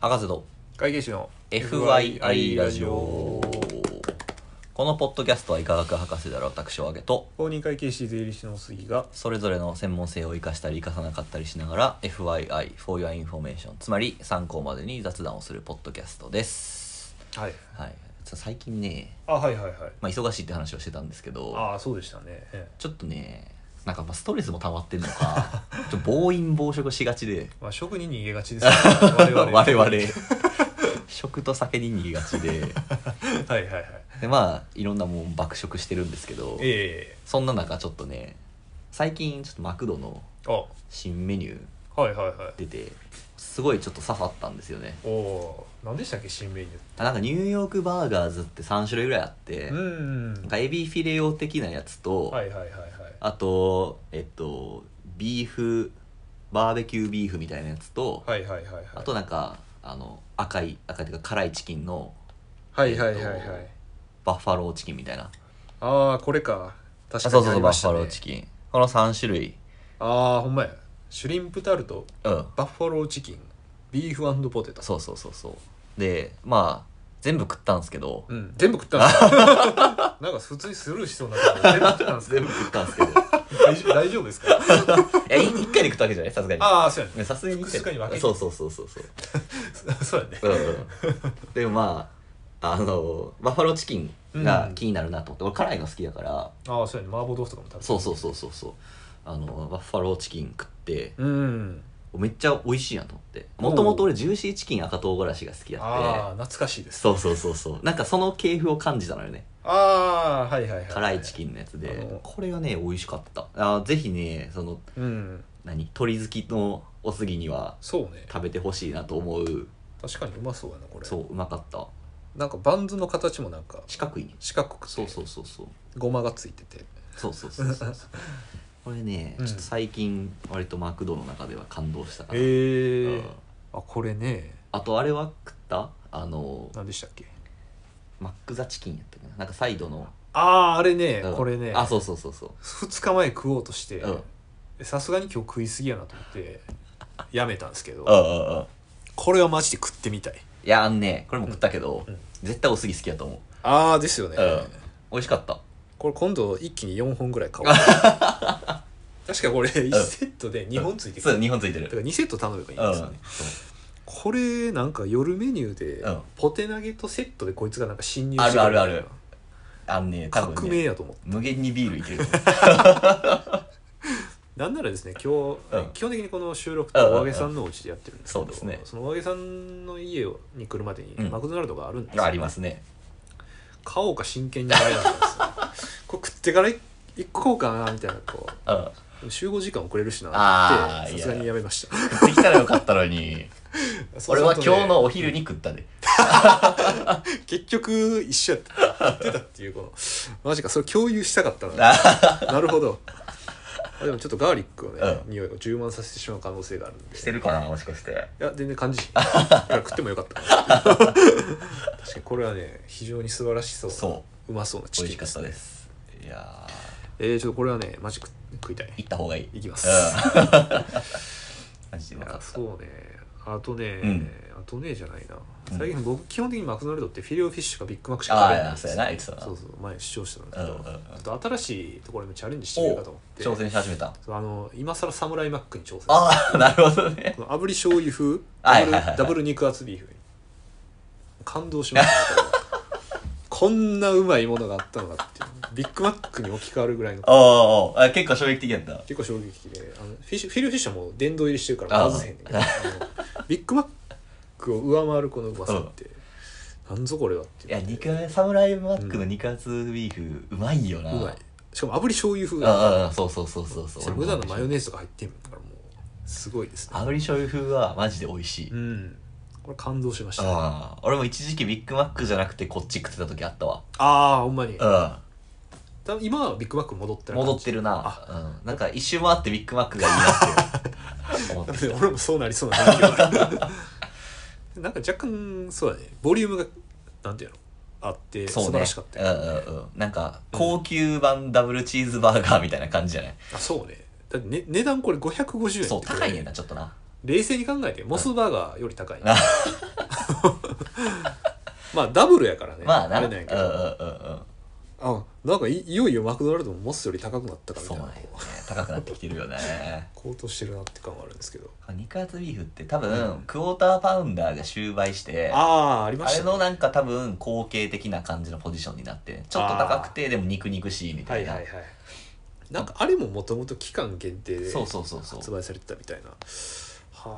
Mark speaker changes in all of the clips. Speaker 1: 博士と
Speaker 2: 会計士の
Speaker 1: FYI ラジオこのポッドキャストは医科学博士である私を挙げと
Speaker 2: 公認会計士税理士の杉が
Speaker 1: それぞれの専門性を生かしたり生かさなかったりしながら FYI for your information つまり参考までに雑談をするポッドキャストです
Speaker 2: はい
Speaker 1: はいちょ最近ね、
Speaker 2: あはいはいはい
Speaker 1: まあ、忙しいって話をしてたんですけど
Speaker 2: ああそうでしたね、ええ
Speaker 1: ちょっとねなんかまあストレスも溜まってんの かちょっと暴飲暴食しがちで
Speaker 2: まあ職人に逃げがちですから、ね、
Speaker 1: 我々食と酒に逃げがちで
Speaker 2: はいはいはい
Speaker 1: でまあいろんなもん爆食してるんですけど
Speaker 2: え
Speaker 1: そんな中ちょっとね最近ちょっとマクドの
Speaker 2: えあ
Speaker 1: 新メニュー
Speaker 2: はいはいはい
Speaker 1: 出てすごいちょっと刺さったんですよね
Speaker 2: おおー何でしたっけ新メニ
Speaker 1: あなんかニューヨークバーガーズって3種類ぐらいあって
Speaker 2: ューうー
Speaker 1: なん
Speaker 2: ん
Speaker 1: かエビフィレオ的なやつと、
Speaker 2: はいはいはいはい
Speaker 1: あとえっとビーフバーベキュービーフみたいなやつと、
Speaker 2: はいはいはいはい
Speaker 1: あとなんかあの赤い赤いっていうか辛いチキンの
Speaker 2: はいはいはいはい、
Speaker 1: えっとバッファローチキンみたいな
Speaker 2: ああこれか確か
Speaker 1: あ
Speaker 2: に
Speaker 1: そうそう
Speaker 2: あ
Speaker 1: そ
Speaker 2: り
Speaker 1: うバ
Speaker 2: ま
Speaker 1: ッ
Speaker 2: し
Speaker 1: ファ
Speaker 2: たね
Speaker 1: ローチキンこの3種類
Speaker 2: ああほんまやシュリンプタルト
Speaker 1: うん
Speaker 2: バッファローチキンビーフポテト
Speaker 1: そうそうそうそうでまあ全部食ったんですけど
Speaker 2: うん、全部食ったんですか なんか普通にスルーしそうな感じで全部食ったんですか
Speaker 1: 全部食ったんですけど い
Speaker 2: 大丈夫大丈夫ですか
Speaker 1: やい一回で食ったわけじゃないさすがに
Speaker 2: ああそうやね
Speaker 1: ねさすがに一
Speaker 2: 複数回に分け
Speaker 1: 回
Speaker 2: て
Speaker 1: そうそうそうそうそう
Speaker 2: そうやね
Speaker 1: うんうんでもまああのバッファローチキンが気になるなと思って、俺辛いの好きだから
Speaker 2: ああそうやね麻婆豆腐とかも食べ
Speaker 1: そうそう
Speaker 2: う
Speaker 1: そうそうそうあのバッファローチキン食って
Speaker 2: うん
Speaker 1: めっちゃ美味しいなと思ってもともと俺ジューシーチキン赤唐辛子が好きや
Speaker 2: ああ
Speaker 1: って
Speaker 2: 懐かしいです
Speaker 1: そうそうそうそうなんかその系譜を感じたのよね
Speaker 2: ああはいはいはい
Speaker 1: 辛いチキンのやつで、
Speaker 2: あの
Speaker 1: これがね美味しかったあーぜひねその
Speaker 2: ンうん
Speaker 1: 何鶏好きのおすぎには
Speaker 2: そうね
Speaker 1: 食べてほしいなと思う
Speaker 2: 確かにうまそうやなこれ
Speaker 1: そううまかった
Speaker 2: なんかバンズの形もなんか
Speaker 1: 四角いね
Speaker 2: 四角くて
Speaker 1: そうそうそうそう
Speaker 2: ごまがついてて
Speaker 1: そうそう そう そうそうこれね、
Speaker 2: うん
Speaker 1: ちょっと最近割とマクドの中では感動したから、
Speaker 2: へ
Speaker 1: う
Speaker 2: え
Speaker 1: ん
Speaker 2: あこれね
Speaker 1: あとあれは食ったあの
Speaker 2: 何でしたっけ
Speaker 1: マックザチキンやったかななんかサイドの、
Speaker 2: あああれね
Speaker 1: うん
Speaker 2: これね
Speaker 1: あそうそうそうそう
Speaker 2: 2日前食おうとして
Speaker 1: うん
Speaker 2: でさすがに今日食いすぎやなと思ってやめたんですけど
Speaker 1: うんうんうん
Speaker 2: これはマジで食ってみたい
Speaker 1: いやあのねこれも食ったけど、
Speaker 2: うんうん
Speaker 1: 絶対おすぎ好きやと思う
Speaker 2: ああですよね、
Speaker 1: うん美味しかった
Speaker 2: これ今度一気に4本ぐらい買 おう確かこれ1セットで2本ついてく
Speaker 1: そ
Speaker 2: る、
Speaker 1: う2本ついて
Speaker 2: だか
Speaker 1: る
Speaker 2: ら2セット頼めばいいん
Speaker 1: うん
Speaker 2: です
Speaker 1: そ
Speaker 2: よ
Speaker 1: う
Speaker 2: ね、これなんか夜メニューで
Speaker 1: うん
Speaker 2: ポテ投げとセットでこいつがなんか侵入
Speaker 1: あるあるあるあのね多
Speaker 2: 革
Speaker 1: 分
Speaker 2: 命
Speaker 1: ね
Speaker 2: やと思って
Speaker 1: 無限にビールいける
Speaker 2: なんならですね今日、
Speaker 1: うん
Speaker 2: 基本的にこの収録ってお揚げさんのお家でやってるんですけど、
Speaker 1: うんうんうんそうですね
Speaker 2: そのお揚げさんの家に来るまでに
Speaker 1: うん
Speaker 2: マクドナルドがあるんですよ
Speaker 1: ありますね
Speaker 2: 買おうか真剣に悩んだ んですよこれ食ってから行こうかなみたいなこ
Speaker 1: うん
Speaker 2: う集合時間遅れるしな
Speaker 1: あ
Speaker 2: っ
Speaker 1: ー
Speaker 2: てさすが
Speaker 1: いや
Speaker 2: にやめました
Speaker 1: できたらよかったのに
Speaker 2: そう
Speaker 1: 俺
Speaker 2: する
Speaker 1: は
Speaker 2: とね
Speaker 1: 今日のお昼に食ったで
Speaker 2: 結局一緒やったやってたっていうこ のマジかそれ共有したかったな
Speaker 1: あ
Speaker 2: なるほどあでもちょっとガーリックをね、
Speaker 1: うん
Speaker 2: 匂いを充満させてしまう可能性があるんで
Speaker 1: してるかなもしかして
Speaker 2: いや全然 感じひんだから食ってもよかったな確かにこれはね非常に素晴らしそう
Speaker 1: そう
Speaker 2: まそうな
Speaker 1: う
Speaker 2: チ
Speaker 1: 美
Speaker 2: キ
Speaker 1: 味
Speaker 2: ン
Speaker 1: しかったですいや
Speaker 2: えー、ちょっとこれはねマジ食食いたい
Speaker 1: ー行った方がいい
Speaker 2: いきます
Speaker 1: うん マジで
Speaker 2: い
Speaker 1: よか
Speaker 2: や
Speaker 1: った
Speaker 2: そうねあとね、
Speaker 1: うん
Speaker 2: あとねじゃないな
Speaker 1: うん
Speaker 2: 最近僕基本的にマクドナルドってフィレオフィッシュかビッグマックしか
Speaker 1: あ
Speaker 2: 食べないん
Speaker 1: あ
Speaker 2: で
Speaker 1: そう
Speaker 2: す
Speaker 1: や
Speaker 2: よ
Speaker 1: な言ってたな
Speaker 2: そうそう前主張してたんですけど、
Speaker 1: うんうんうん
Speaker 2: ちょっと新しいところにもチャレンジしてみようかと思って
Speaker 1: 挑戦し始めた
Speaker 2: そうあの今更サムライマックに挑戦した
Speaker 1: あ あなるほどね
Speaker 2: この炙り醤油風
Speaker 1: はいはい
Speaker 2: ダブル,、
Speaker 1: はい
Speaker 2: ダブル肉厚ビーフ感動しましたねこれはこんなうまいものがあったのかっていうビッグマックに置き換わるぐらいの
Speaker 1: おーおーあ結構衝撃的やった
Speaker 2: 結構衝撃であのフィッシュフィルフィッシュはもう殿堂入りしてるから外せへんねんけどあのビッグマックを上回るこのうまさって、なんぞこれはって
Speaker 1: い
Speaker 2: いう
Speaker 1: や肉厚サムライマックの肉厚ビーフうまいよな
Speaker 2: うまいしかも炙り醤油風
Speaker 1: あ
Speaker 2: な
Speaker 1: あああそうそうそうそうそう
Speaker 2: 無駄なマヨネーズとか入ってんからもうすごいですね
Speaker 1: 炙り醤油風はマジで美味しい、
Speaker 2: うんこれ感動しましたね
Speaker 1: あ
Speaker 2: あ
Speaker 1: あ俺も一時期ビッグマックじゃなくてこっち食ってた時あったわ
Speaker 2: あーほんまに
Speaker 1: う
Speaker 2: 多分今はビッグマック戻って
Speaker 1: ん
Speaker 2: ない感じ
Speaker 1: 戻ってるな、うん、なんか一周回ってビッグマックがいいなって思ってきた
Speaker 2: 俺もそうなりそうな雰囲気はあるなんか若干そうだねボリュームがなんていうのあって 素
Speaker 1: そう
Speaker 2: 晴
Speaker 1: ね
Speaker 2: らしかった
Speaker 1: う
Speaker 2: よね
Speaker 1: んうんうんなんか高級版ダブルチーズバーガーみたいな感じじゃない、
Speaker 2: あそうねだって、ね、値段これ550円って
Speaker 1: そう
Speaker 2: これ
Speaker 1: 高いねんなちょっとな
Speaker 2: 冷静に考えてモスバーガーより高い、
Speaker 1: な
Speaker 2: まあダブルやからね
Speaker 1: まあな。
Speaker 2: あ
Speaker 1: う
Speaker 2: れ
Speaker 1: ん
Speaker 2: な
Speaker 1: うんんう
Speaker 2: や
Speaker 1: ん
Speaker 2: けど、
Speaker 1: うん。
Speaker 2: あなんかいいよいよマクドナルドもモスより高くなったかみ
Speaker 1: そ
Speaker 2: た
Speaker 1: う
Speaker 2: い
Speaker 1: なん
Speaker 2: な
Speaker 1: よね。高くなってきてるよね。
Speaker 2: 高騰してるなって感はあるんですけど
Speaker 1: 肉厚ビーフって多分、クォーターパウンダーが終売して、あ
Speaker 2: ああありまし
Speaker 1: れ
Speaker 2: たね
Speaker 1: のなんか多分後継的な感じのポジションになって、ちょっと高くてでも肉肉しいみた
Speaker 2: はいい
Speaker 1: な。
Speaker 2: はいはいなんかあれももともと期間限定で
Speaker 1: そうそうそうそう。
Speaker 2: 発売されてたみたいなはあ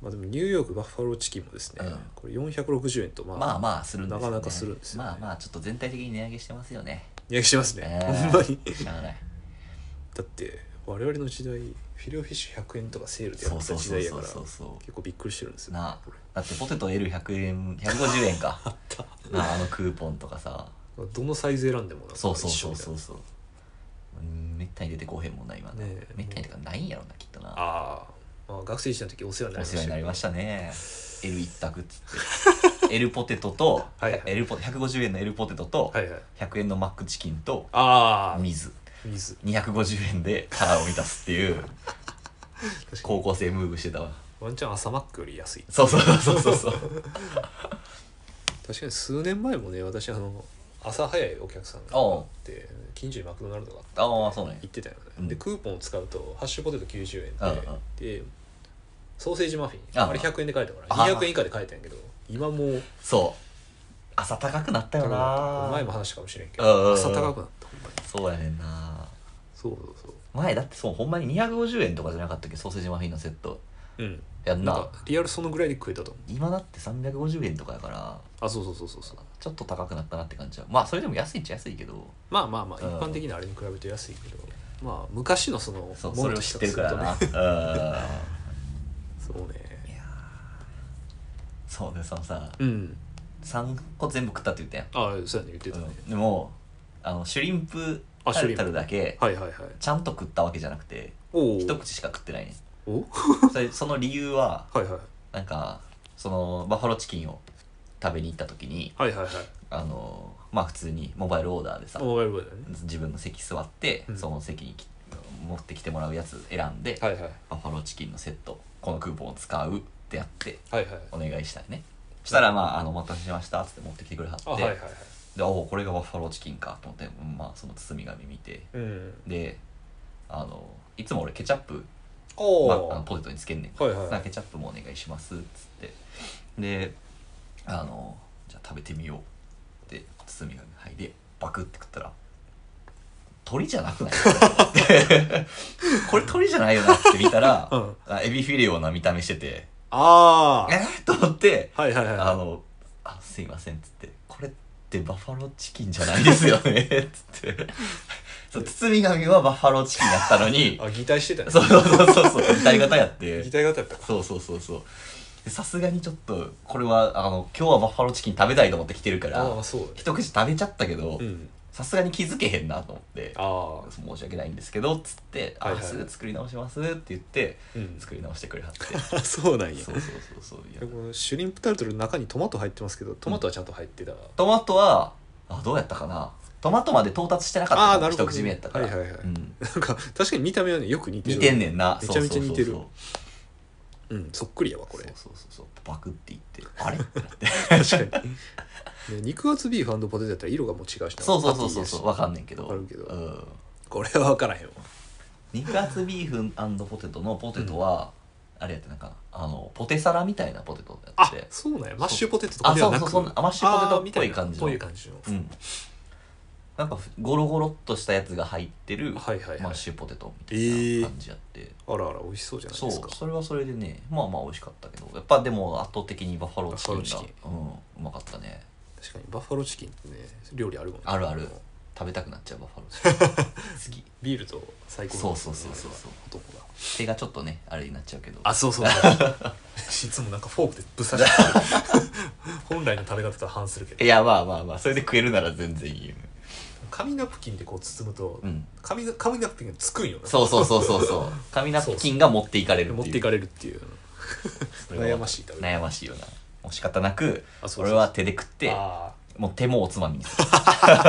Speaker 2: まあでもニューヨークバッファローチキンもですね、
Speaker 1: うん
Speaker 2: これ460円とまあ
Speaker 1: まあまあするんですよ、ね、
Speaker 2: なかなかするんですよね
Speaker 1: まあまあちょっと全体的に値上げしてますよね
Speaker 2: 値上げしてますね、
Speaker 1: えー
Speaker 2: ほんまに
Speaker 1: しゃあない
Speaker 2: だって我々の時代フィレオフィッシュ100円とかセールでや
Speaker 1: そう
Speaker 2: って
Speaker 1: そう
Speaker 2: た時
Speaker 1: そう
Speaker 2: 代やか
Speaker 1: そうそ
Speaker 2: ら
Speaker 1: う
Speaker 2: 結
Speaker 1: そ
Speaker 2: 構びっくりしてるんです
Speaker 1: う
Speaker 2: よ
Speaker 1: なあ
Speaker 2: これ
Speaker 1: だ ってポテト L100 円150円かなああのクーポンとかさ
Speaker 2: どのサイズ選んでもなんか
Speaker 1: そうそう
Speaker 2: 一
Speaker 1: そうそ
Speaker 2: 緒みたいな
Speaker 1: うそううんめったに出てこうへんもんな今な、
Speaker 2: ねえ
Speaker 1: めったにとかないんやろなきっとな
Speaker 2: ああまあ学生時代の時お世話にな
Speaker 1: お
Speaker 2: りま
Speaker 1: 世話
Speaker 2: し
Speaker 1: にな
Speaker 2: たけ
Speaker 1: り
Speaker 2: ど
Speaker 1: ましたね L 一択っつって L ポテトと
Speaker 2: はいはい
Speaker 1: L ポテ150円の L ポテトと
Speaker 2: はいはい
Speaker 1: 100円のマックチキンと
Speaker 2: ああ
Speaker 1: 水
Speaker 2: 水
Speaker 1: 250円で腹を満たすっていう高校生ムーブしてたわ
Speaker 2: ワンチャン朝マックより安い
Speaker 1: そうそうそうそう そう
Speaker 2: 確かに数年前もね私あの朝早いお客さんが
Speaker 1: おう
Speaker 2: で近所にマクドナルドがあって
Speaker 1: ああそうね
Speaker 2: 行ってたよね、
Speaker 1: うん
Speaker 2: でクーポンを使うとハッシュポテト90円で,、
Speaker 1: うんうん
Speaker 2: でソーセージマフィン
Speaker 1: あ
Speaker 2: あれ100円で買えたから
Speaker 1: あ
Speaker 2: 200円以下で買えたんやけど今もう
Speaker 1: そう朝高くなったよな
Speaker 2: 前も話したかもしれんけ
Speaker 1: うんうんうん
Speaker 2: ど朝高くなったほんまに
Speaker 1: そうやねんな
Speaker 2: そうそうそう
Speaker 1: 前だってそうほんまに250円とかじゃなかったっけソーセージマフィンのセット
Speaker 2: うん
Speaker 1: やん
Speaker 2: なん
Speaker 1: な
Speaker 2: かリアルそのぐらいで食えたと思う
Speaker 1: 今だって350円とかやから
Speaker 2: あそうそうそうそうそう
Speaker 1: ちょっと高くなったなって感じはまあそれでも安いっちゃ安いけど
Speaker 2: まあまあまあ一
Speaker 1: うん
Speaker 2: 般的なあれに比べて安いけどまあ昔のその
Speaker 1: そう
Speaker 2: も
Speaker 1: そ
Speaker 2: の
Speaker 1: れを
Speaker 2: と
Speaker 1: 知
Speaker 2: し
Speaker 1: って
Speaker 2: て
Speaker 1: る
Speaker 2: は
Speaker 1: からな
Speaker 2: するとね
Speaker 1: う
Speaker 2: そうね
Speaker 1: んいやーそうねそのさ
Speaker 2: うん
Speaker 1: 3個全部食ったって言ったやん
Speaker 2: あそうやね言ってたね、
Speaker 1: うんでもあのシュリンプ
Speaker 2: あ
Speaker 1: タ
Speaker 2: シュリ
Speaker 1: ル
Speaker 2: ンプ
Speaker 1: タルだけ
Speaker 2: はいはいはい
Speaker 1: ちゃんと食ったわけじゃなくて
Speaker 2: おお
Speaker 1: 一口しか食ってないね
Speaker 2: おは
Speaker 1: それその理由はい
Speaker 2: はい
Speaker 1: なんかそのバッファローチキンを食べに行った時に
Speaker 2: はいはいはい
Speaker 1: あのまあ普通にモバイルオーダーでさ
Speaker 2: モバイルバーだよね
Speaker 1: 自分の席座って
Speaker 2: うん
Speaker 1: その席にき持ってきてもらうやつ選んで
Speaker 2: はいはい
Speaker 1: バッファローチキンのセットこのクーポンを使うってやって
Speaker 2: はいはい
Speaker 1: お願いしたいねしたらまあ「あのお待たせしました」っつって持ってきてくれはって、
Speaker 2: あはいはいはい
Speaker 1: でおおこれがバッファローチキンかと思って、うんまあ、その包み紙見て
Speaker 2: うん
Speaker 1: であのいつも俺ケチャップ、
Speaker 2: おお
Speaker 1: まあ、あのポテトにつけんねん
Speaker 2: はいはい
Speaker 1: さあケチャップもお願いしますっつってであのじゃあ食べてみようで包み紙はいでバクって食ったら鳥じゃな くないこれ鳥じゃないよなって見たら、
Speaker 2: うん
Speaker 1: あエビフィレオな見た目してて
Speaker 2: あ
Speaker 1: えー、と思って
Speaker 2: あはいはいはい
Speaker 1: あの「あすいません」っつって「これってバッファローチキンじゃないですよね」っつってそう包み紙はバッファローチキンやったのに
Speaker 2: あ擬態してたね
Speaker 1: そうそうそうそうそう歌い方やって
Speaker 2: 擬態型やったか
Speaker 1: そうそうそうそうでさすがにちょっとこれはあの今日はバッファローチキン食べたいと思って来てるか
Speaker 2: ああ
Speaker 1: ら
Speaker 2: そうだね
Speaker 1: 一口食べちゃったけど
Speaker 2: うん
Speaker 1: さすがに気づけへんなと思って
Speaker 2: ああ
Speaker 1: 申し訳ないんですけどっつって「
Speaker 2: はい
Speaker 1: あ
Speaker 2: はい
Speaker 1: すぐ作り直します」って言って
Speaker 2: うん
Speaker 1: 作り直してくれはって
Speaker 2: あそうなんや
Speaker 1: そうそうそうそういや
Speaker 2: でもシュリンプタルトルの中にトマト入ってますけどトマトはちゃんと入ってた
Speaker 1: トマトはあどうやったかなトマトまで到達してなかった
Speaker 2: あー
Speaker 1: かも
Speaker 2: なるほど
Speaker 1: 一口目やったから、
Speaker 2: はいはいはい
Speaker 1: うん
Speaker 2: なんか確かに見た目はねよく似てる
Speaker 1: 似てんねんな
Speaker 2: めちゃめちゃ似てる
Speaker 1: そう
Speaker 2: うんそっくりやわこ
Speaker 1: そう
Speaker 2: れ
Speaker 1: そうそうそうそうそうバクっていってあれってなって
Speaker 2: 確かに、ね、肉厚ビーフポテトやったら色がもう違うしな
Speaker 1: そうそうそうそうそう
Speaker 2: パ
Speaker 1: わかんねんけど
Speaker 2: わかるけど
Speaker 1: うん、
Speaker 2: ティやしこれは分からへんわ
Speaker 1: 肉厚ビーフポテトのポテトは、あれやってなんかあのポテサラみたいなポテトやっ
Speaker 2: あ
Speaker 1: て
Speaker 2: そうなんやマッシュポテトとかではな
Speaker 1: あそ
Speaker 2: く
Speaker 1: うそうそうあマッシュポテトっぽい感じの
Speaker 2: あーみたいなっぽい感じの
Speaker 1: うんなんかふゴロゴロっとしたやつが入ってるマ
Speaker 2: はいはいはい
Speaker 1: ッシュポテトみたいな感じやって、
Speaker 2: あらあら美味しそうじゃない
Speaker 1: そう
Speaker 2: ですか
Speaker 1: それはそれでねまあまあ美味しかったけどやっぱでも圧倒的にバッファローチキンが
Speaker 2: バッファローチ
Speaker 1: うん、うまかったね
Speaker 2: 確かにバッファローチキンってね料理あるもんね
Speaker 1: あるある食べたくなっちゃうバッファローチキン好
Speaker 2: ビールと最高
Speaker 1: そうそうそうそうそう
Speaker 2: 男が
Speaker 1: き手がちょっとねあれになっちゃうけど
Speaker 2: あそうそ うそういつもなんかフォークでぶっ刺してる本来の食べ方とは反するけど
Speaker 1: いやまあまあまあそれで食えるなら全然いいよ
Speaker 2: 紙ナプキンでこう包むと、
Speaker 1: うん
Speaker 2: 紙が紙ナプキンがつくんよね
Speaker 1: そうそうそうそうそう紙ナプキンが持っていかれる
Speaker 2: 持っていかれるっていう
Speaker 1: それは
Speaker 2: 悩ましい食べ物
Speaker 1: 悩ましいよなもう仕方なく
Speaker 2: あそうそうそう
Speaker 1: 俺は手で食って
Speaker 2: ああ
Speaker 1: もう手もおつまみにする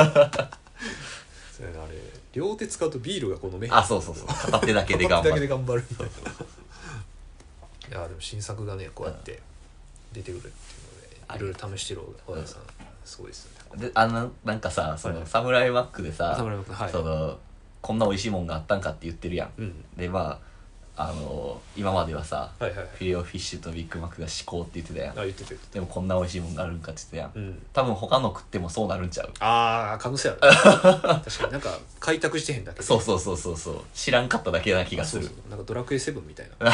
Speaker 2: そうやなあれ両手使うとビールがこの目
Speaker 1: あそうそうそう片手だけで
Speaker 2: 片
Speaker 1: 頑
Speaker 2: 手だ
Speaker 1: 張
Speaker 2: けで
Speaker 1: る
Speaker 2: 頑 張るみたいないやでも新作がねこうやって出てくるっていうのでいろいろ試してる和田さん、すごいですよね
Speaker 1: であのなんかさそ
Speaker 2: は
Speaker 1: の
Speaker 2: い
Speaker 1: サムライマックでさ、
Speaker 2: 田村君はい
Speaker 1: そのこんな美味しいもんがあったんかって言ってるやん、
Speaker 2: うん
Speaker 1: でまああの今まではさ、
Speaker 2: はいはいはい
Speaker 1: フィレオフィッシュとビッグマックが至高って言ってたやん
Speaker 2: あ言ってた言って
Speaker 1: でもこんな美味しいもんがあるんかって言ってた
Speaker 2: たう
Speaker 1: やん、
Speaker 2: ん
Speaker 1: 多分他の食ってもそうなるんちゃう
Speaker 2: ああ可能性 ある確かになんか開拓してへんだけで
Speaker 1: そうそうそうそうそう知らんかっただけな気がする
Speaker 2: そうそうなんかドラクエ7みたい な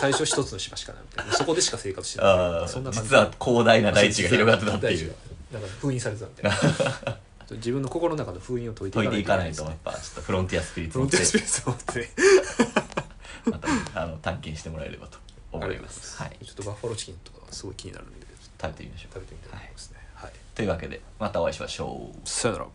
Speaker 2: 最初一つの島しかないみたいなそこでしか生活して
Speaker 1: あ
Speaker 2: ない
Speaker 1: あ
Speaker 2: そんな感じ
Speaker 1: 実は広大な大地が広がってたってい
Speaker 2: そう
Speaker 1: う
Speaker 2: 大地がなんか封印されてたみたいな 自分の心の中の封印を解いて
Speaker 1: 解いていかない
Speaker 2: です
Speaker 1: と
Speaker 2: ね
Speaker 1: やっぱちょっとフロンティアスピリッ
Speaker 2: フ
Speaker 1: ツ
Speaker 2: ロ
Speaker 1: 持っ
Speaker 2: ンテ
Speaker 1: て
Speaker 2: ィアスペースを持ってね
Speaker 1: またあの探検してもらえればと思いますはい
Speaker 2: ちょっとバッファローチキンとかすごい気になるんで
Speaker 1: 食べてみましょう
Speaker 2: 食べてみたいと思いますねはい、
Speaker 1: というわけでまたお会いしましょう
Speaker 2: さよなら